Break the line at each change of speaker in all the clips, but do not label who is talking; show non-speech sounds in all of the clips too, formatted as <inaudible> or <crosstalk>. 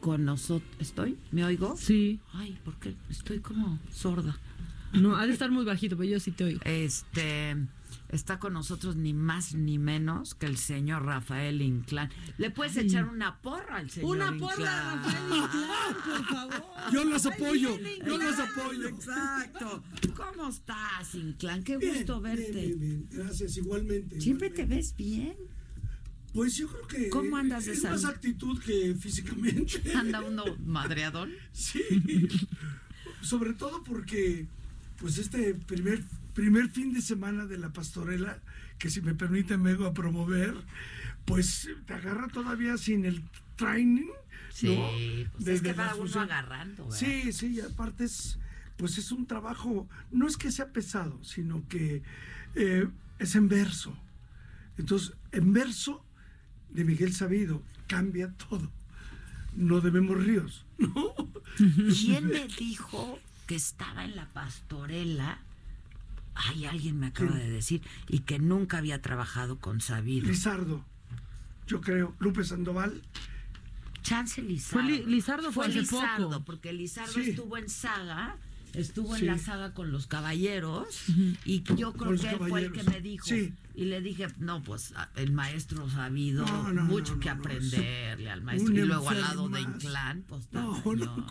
con nosotros. ¿Estoy? ¿Me oigo?
Sí.
Ay, ¿por qué? Estoy como sorda.
No, ha de estar muy bajito, pero yo sí te oigo.
Este está con nosotros ni más ni menos que el señor Rafael Inclán. ¿Le puedes echar una porra al señor?
Una porra a
Inclán?
Rafael Inclán, por favor.
Yo los apoyo,
Rafael
yo los
Inclán,
apoyo.
Exacto. ¿Cómo estás, Inclán? Qué
Bien,
gusto
bien,
verte.
bien, bien. Gracias, igualmente.
Siempre te
igualmente.
ves bien.
Pues yo creo que.
¿Cómo andas de
es
salud?
más actitud que físicamente.
Anda uno madreadón.
<laughs> Sí. Sobre todo porque, pues este primer, primer fin de semana de la pastorela, que si me permiten me voy a promover, pues te agarra todavía sin el training.
Sí,
¿no?
pues es
Desde
que
las
va uno
funciones.
agarrando. ¿verdad?
Sí, sí, y aparte es, pues es un trabajo, no es que sea pesado, sino que eh, es en verso. Entonces, en verso de Miguel Sabido cambia todo. No debemos ríos, ¿no?
¿Quién me dijo que estaba en la pastorela? Ay, alguien me acaba de decir. Y que nunca había trabajado con Sabido.
Lizardo, yo creo, Lupe Sandoval,
Chance Lizardo.
Fue Li- Lizardo fue hace
Lizardo,
poco.
porque Lizardo
Sí.
estuvo en saga. Estuvo en
Sí.
la saga con los caballeros y yo creo
Con los
que él fue el que
caballeros.
me dijo.
Sí.
Y le dije, no, pues a- el maestro sabido,
No, no,
mucho
no,
que
no, no,
aprenderle al maestro.
un
Y luego al lado de
enfermas.
Inclán, pues está
No,
cañón.
no,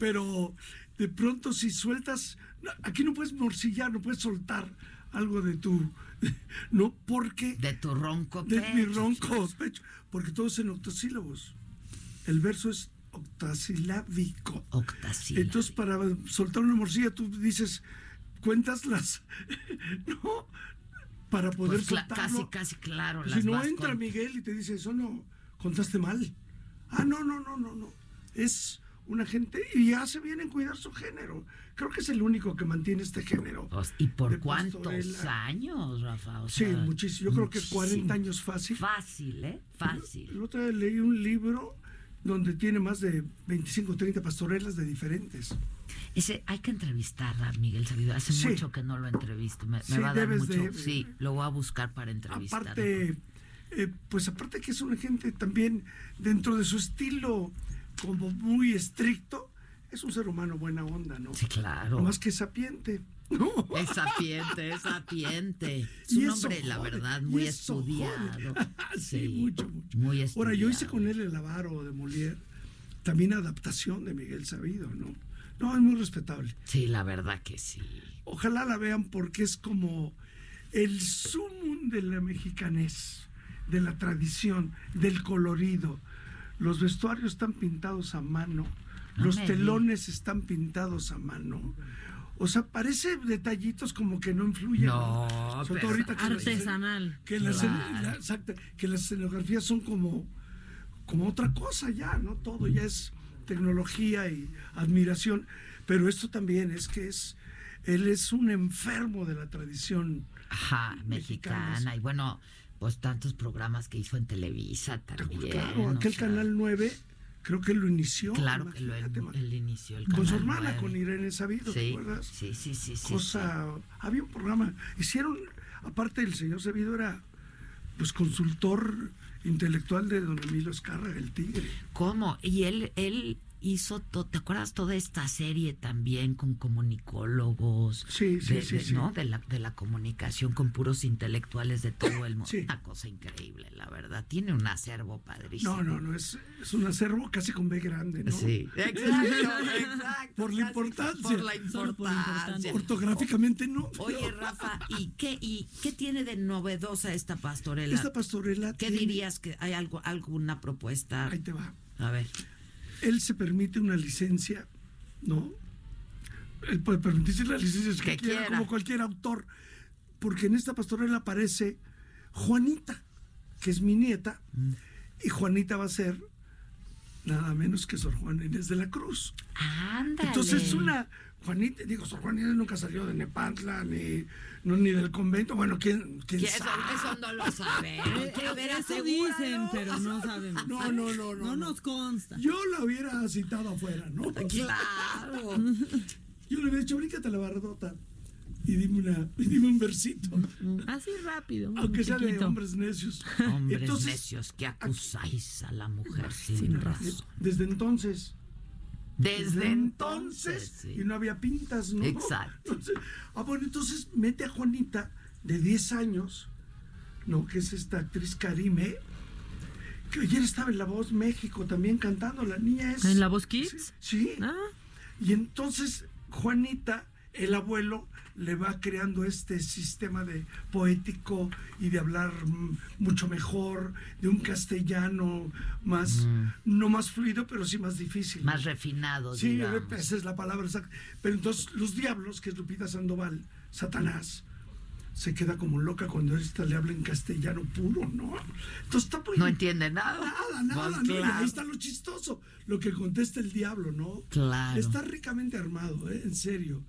pero de pronto si sueltas, no, aquí no puedes morcillar, no puedes soltar algo de tu, <laughs> no porque
De tu ronco
de mi
pecho.
ronco pecho, porque todo es en octosílabos. El verso es octasilábico.
Octasílabo.
Entonces para soltar una morcilla tú dices, cuentas las, <laughs> no, para poder
Pues, cla-
soltarlo. Pues
casi, casi claro.
si
las
no
vas
entra
con-
Miguel y te dice, eso no, contaste mal. Ah, no, no, no, no, no. Es una gente y hace bien en cuidar su género. Creo que es el único que mantiene este género.
Pues, ¿Y por
de
cuántos
pastorela.
años, Rafa? O
Sí,
sea,
muchísimo. Yo creo que
muchísimo.
40 años fácil.
Fácil, ¿eh? Fácil.
El otro día leí un libro donde tiene más de 25 o 30 pastorelas de diferentes.
Ese, hay que entrevistar a Miguel Sabido. Hace
Sí.
mucho que no lo entrevisto. Me, me
Sí,
va a dar
debes
mucho.
de-
Sí, lo voy a buscar para entrevistar.
Aparte, eh, pues aparte que es una gente también dentro de su estilo como muy estricto, es un ser humano buena onda, ¿no?
Sí, claro.
Más que sapiente. <laughs> ¿no?
<laughs> Es sapiente, es sapiente. Es
Y
un
eso
hombre, la
jode,
verdad,
y
muy
eso jode.
estudiado.
<laughs> sí, mucho, mucho.
Muy
Ahora, yo hice
estudiado.
con él el avaro de Molière, también adaptación de Miguel Sabido, ¿no? No, es muy respetable.
Sí, la verdad que sí.
Ojalá la vean porque es como el sumum de la mexicanés, de la tradición, del colorido. Los vestuarios están pintados a mano,
No
los
me
telones están pintados a mano. O sea, parece detallitos como que no influyen.
No,
Sobre
pero
todo ahorita que las-
Artesanal.
que las,
Claro.
la- exacto, que las escenografías son como, como otra cosa ya, ¿no? Todo ya es tecnología y admiración. Pero esto también es que es, él es un enfermo de la tradición.
Ajá,
Mexicanas.
mexicana. Y bueno, pues tantos programas que hizo en Televisa también.
claro,
o
aquel
sea,
Canal 9, creo que lo inició.
Claro que lo
imagínate, ma-
él inició el
con su
Canal
hermana,
nueve.
con Irene Sabido, ¿te
Sí,
acuerdas?
sí, sí, sí, sí.
cosa. Había un programa. Hicieron, aparte el señor Sabido era pues consultor intelectual de don Emilio Escarra, el tigre.
¿Cómo? Y él, él hizo, to- ¿te acuerdas toda esta serie también con comunicólogos?
Sí, sí,
de,
sí,
de-
sí.
¿no? De la, de la comunicación con puros intelectuales de todo el mundo.
Sí.
Una cosa increíble, la verdad. Tiene un acervo padrísimo.
No, no, no, es, es un acervo casi con B grande, ¿no? <laughs>
Sí, <laughs> exacto, exacto.
Por la
casi,
importancia.
Por la
Solo por
importancia.
importancia.
Ortográficamente no.
Oye, Rafa, ¿y qué, ¿y qué tiene de novedosa esta
<laughs>
pastorela?
Esta pastorela.
¿Qué
tiene-
dirías que hay algo, alguna propuesta?
Ahí te va.
A ver,
Él se permite una licencia, ¿no? Él puede permitirse las licencias que,
Que
quiera,
quiera.
como cualquier autor. Porque en esta pastorela aparece Juanita, que es mi nieta,
Mm.
y Juanita va a ser nada menos que Sor Juana Inés de la Cruz.
ándale.
Entonces es una Juanita, digo, Sor Juanita nunca salió de Nepantla ni, no, ni del convento. Bueno, quién, quién
Que Eso,
sabe.
eso no lo sabemos.
Eh,
A ver,
Eso
asegúralo.
dicen, pero no sabemos.
No,
Ah.
no, no, no, no.
No nos consta.
Yo la hubiera citado afuera,
<laughs>
¿no?
Claro.
Yo le hubiera dicho, bríncate la barredota y dime, una, y dime un versito,
Mm,
Así rápido.
aunque sea de
chiquito.
hombres necios.
Hombres
Entonces,
necios que acusáis a la mujer sin, razón.
de- eh, Desde entonces.
Desde entonces. sí.
Y no había pintas, ¿no?
Exacto.
<laughs> Entonces, ah, bueno, entonces mete a Juanita de 10 años, ¿no? Que es esta actriz Karime, que ayer estaba en La Voz México también cantando. La niña es.
¿En La Voz Kids?
Sí. sí.
Ah,
Y entonces Juanita, el abuelo, le va creando este sistema de poético y de hablar mm, mucho mejor, de un castellano más, no más fluido, pero sí más difícil.
Más refinados,
Sí,
digamos.
esa es la palabra exacta. Pero entonces los diablos, que es Lupita Sandoval, Satanás, se queda como loca cuando esta le habla en castellano puro, ¿no? Entonces está muy...
No entiende nada.
Nada, nada,
Pues,
no, y
claro.
ahí está lo chistoso, lo que contesta el diablo, ¿no?
Claro.
Está ricamente armado, ¿eh? en serio.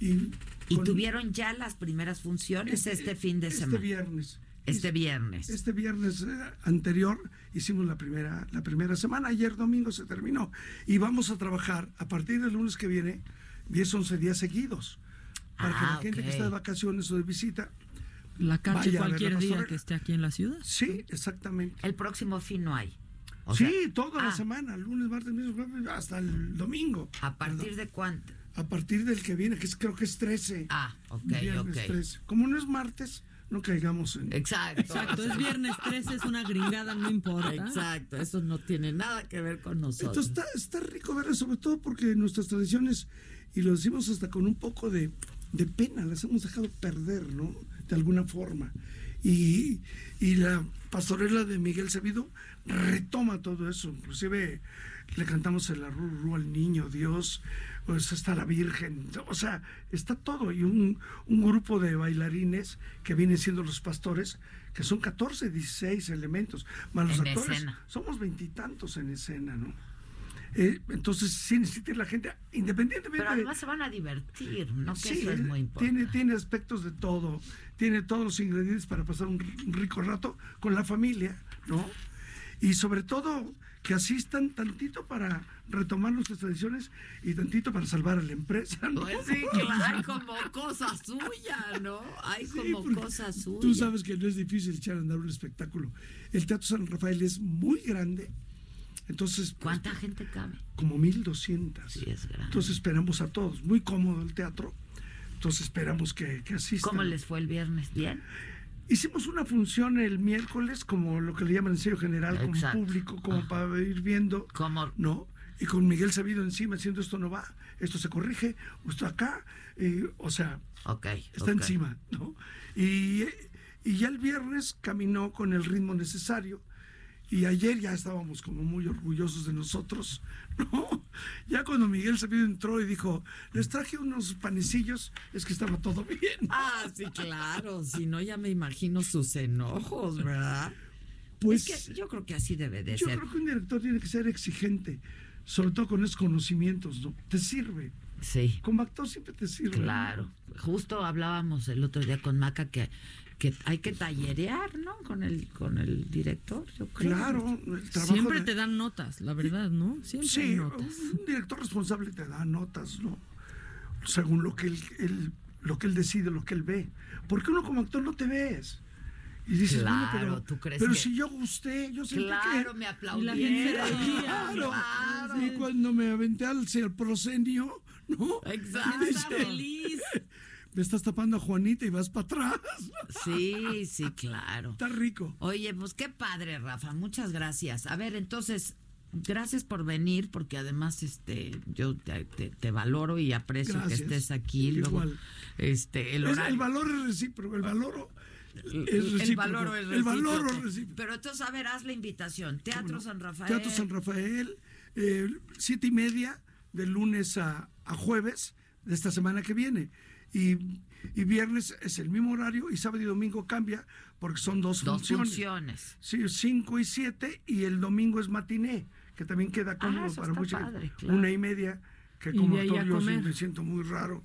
Y,
Y
con-
tuvieron ya las primeras funciones este fin de
este
semana.
viernes.
Este viernes.
Este viernes eh, anterior hicimos la primera, la primera semana, ayer domingo se terminó. Y vamos a trabajar a partir del lunes que viene 10, 11 días seguidos. Para que la
Ah,
gente
ok.
que está de vacaciones o de visita.
la
Vaya
cache
a ver la
cualquier día
pastorela.
que esté aquí en la ciudad.
Sí, exactamente.
El próximo fin no hay. O
sí,
sea,
toda
ah,
la semana, lunes, martes, miércoles, jueves, hasta el domingo.
¿A partir de cuánto?
A partir del que viene, que es, creo que es 13.
Ah, ok,
Viernes
ok.
13. Como no es martes, no caigamos en.
Exacto.
Exacto, es viernes 13, es una gringada, no importa.
Exacto, eso no tiene nada que ver con
Esto
nosotros.
está, está rico verlo, sobre todo porque nuestras tradiciones, y lo decimos hasta con un poco de, de pena, las hemos dejado perder, ¿no? De alguna forma. Y, y la pastorela de Miguel Sabido retoma todo eso, inclusive le cantamos el arrurú al niño Dios, pues está la Virgen, o sea, está todo. Y un, un grupo de bailarines que vienen siendo los pastores, que son 14, 16 elementos, más los
En
actores.
escena.
Somos veintitantos en escena, ¿no? Eh, entonces sí necesita ir la gente, independientemente
Pero
de-
además se van a divertir, ¿no? Que
eh, Sí, eh,
eso es muy importante.
tiene, tiene aspectos de todo, tiene todos los ingredientes para pasar un r- un rico rato con la familia, ¿no? Y sobre todo que asistan tantito para retomar nuestras tradiciones y tantito para salvar a la empresa, ¿no?
Pues sí, claro, hay como cosa suya, ¿no?
<laughs>
Hay
Sí,
como
porque
cosa suya.
Tú sabes que no es difícil echar a andar un espectáculo. El Teatro San Rafael es muy grande, entonces pues,
¿Cuánta gente cabe?
como 1200.
Sí, es grande.
Entonces esperamos a todos, muy cómodo el teatro. Entonces esperamos que, que asistan.
¿Cómo les fue el viernes? ¿Bien?
Hicimos una función el miércoles, como lo que le llaman en serio general, con
Exacto.
público, como
Ajá.
para ir viendo,
¿Cómo?
¿no? Y con Miguel Sabido encima, diciendo esto no va, esto se corrige, esto acá, y, o sea,
Ok.
está
ok.
encima, ¿no? Y, y ya el viernes caminó con el ritmo necesario y ayer ya estábamos como muy orgullosos de nosotros, <laughs> ¿no? Ya cuando Miguel Sabido entró y dijo, les traje unos panecillos, es que estaba todo bien.
Ah, sí, claro. Si no, ya me imagino sus enojos, ¿verdad?
Pues
Es que yo creo que así debe de
yo
ser.
creo que un director tiene que ser exigente, sobre todo con esos conocimientos, ¿no? Te sirve.
Sí.
Como actor siempre te sirve. ¿no?
Claro. Justo hablábamos el otro día con Maca que, que hay que tallerear, ¿no? Con el, con el director, yo creo.
Claro, el trabajo
Siempre
de-
te dan notas, la verdad, ¿no? Siempre hay
Sí,
notas.
un director responsable te da notas, ¿no? Según lo que él, él- lo que él decide, lo que él ve. Porque uno como actor no te ves. Y dices,
Claro,
bueno, pero,
¿tú crees
pero
que-
si yo gusté, yo sentí
Claro,
que...
me
Y la gente
aplaudieron.
reía.
Claro.
Claro.
Y cuando me aventé al ser proscenio, ¿no?
Exacto.
Dice,
feliz.
me estás tapando a Juanita y vas para atrás. <laughs>
Sí, sí, claro.
Está rico.
Oye, pues qué padre, Rafa, muchas gracias. A ver, entonces, gracias por venir, porque además este, yo te, te- te valoro y aprecio
Gracias.
que estés aquí. Luego,
Igual.
este, el
Es-
horario.
el valor es recíproco. El valor es recíproco.
El valor es
El valor
recíproco.
es recíproco.
Pero entonces, a ver, haz la invitación. Teatro San Rafael.
Teatro San Rafael, eh, siete y media, de lunes a, a jueves de esta semana que viene. Y, y viernes es el mismo horario y sábado y domingo cambia porque son dos,
Dos
funciones.
funciones.
Sí, cinco y siete y el domingo es matiné, que también queda cómodo
Ah, eso
para
está
mucha
padre,
gente.
claro.
Una y media, que
Y
como
de ahí a
actor yo sí
comer.
me siento muy raro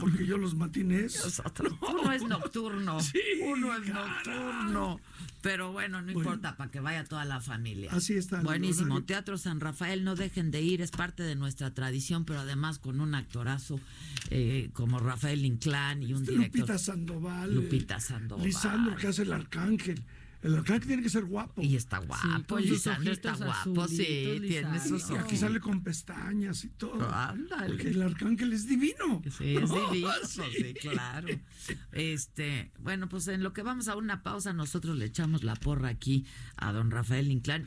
porque yo los matinés...
Uno es nocturno.
<laughs> Sí,
uno es
caray.
nocturno. Pero bueno, no importa, para que vaya toda la familia.
Así está el
Buenísimo.
horario.
Teatro San Rafael, no dejen de ir, es parte de nuestra tradición, pero además con un actorazo eh, como Rafael Inclán y un director.
Este Lupita Sandoval.
Lupita
eh,
Sandoval.
Lisandro, que hace el arcángel. El arcángel tiene que ser guapo.
Y está
Sí,
guapo,
con sus
Lisandro está
ojitos
guapo, sí,
azulitos,
tiene
Lisandro.
sus
Y aquí
ojitos.
sale con pestañas y todo.
Ándale.
Porque el arcángel es divino.
Sí,
<laughs>
es
No,
divino,
sí.
sí, claro. Este, bueno, pues en lo que vamos a una pausa, nosotros le echamos la porra aquí a don Rafael Inclán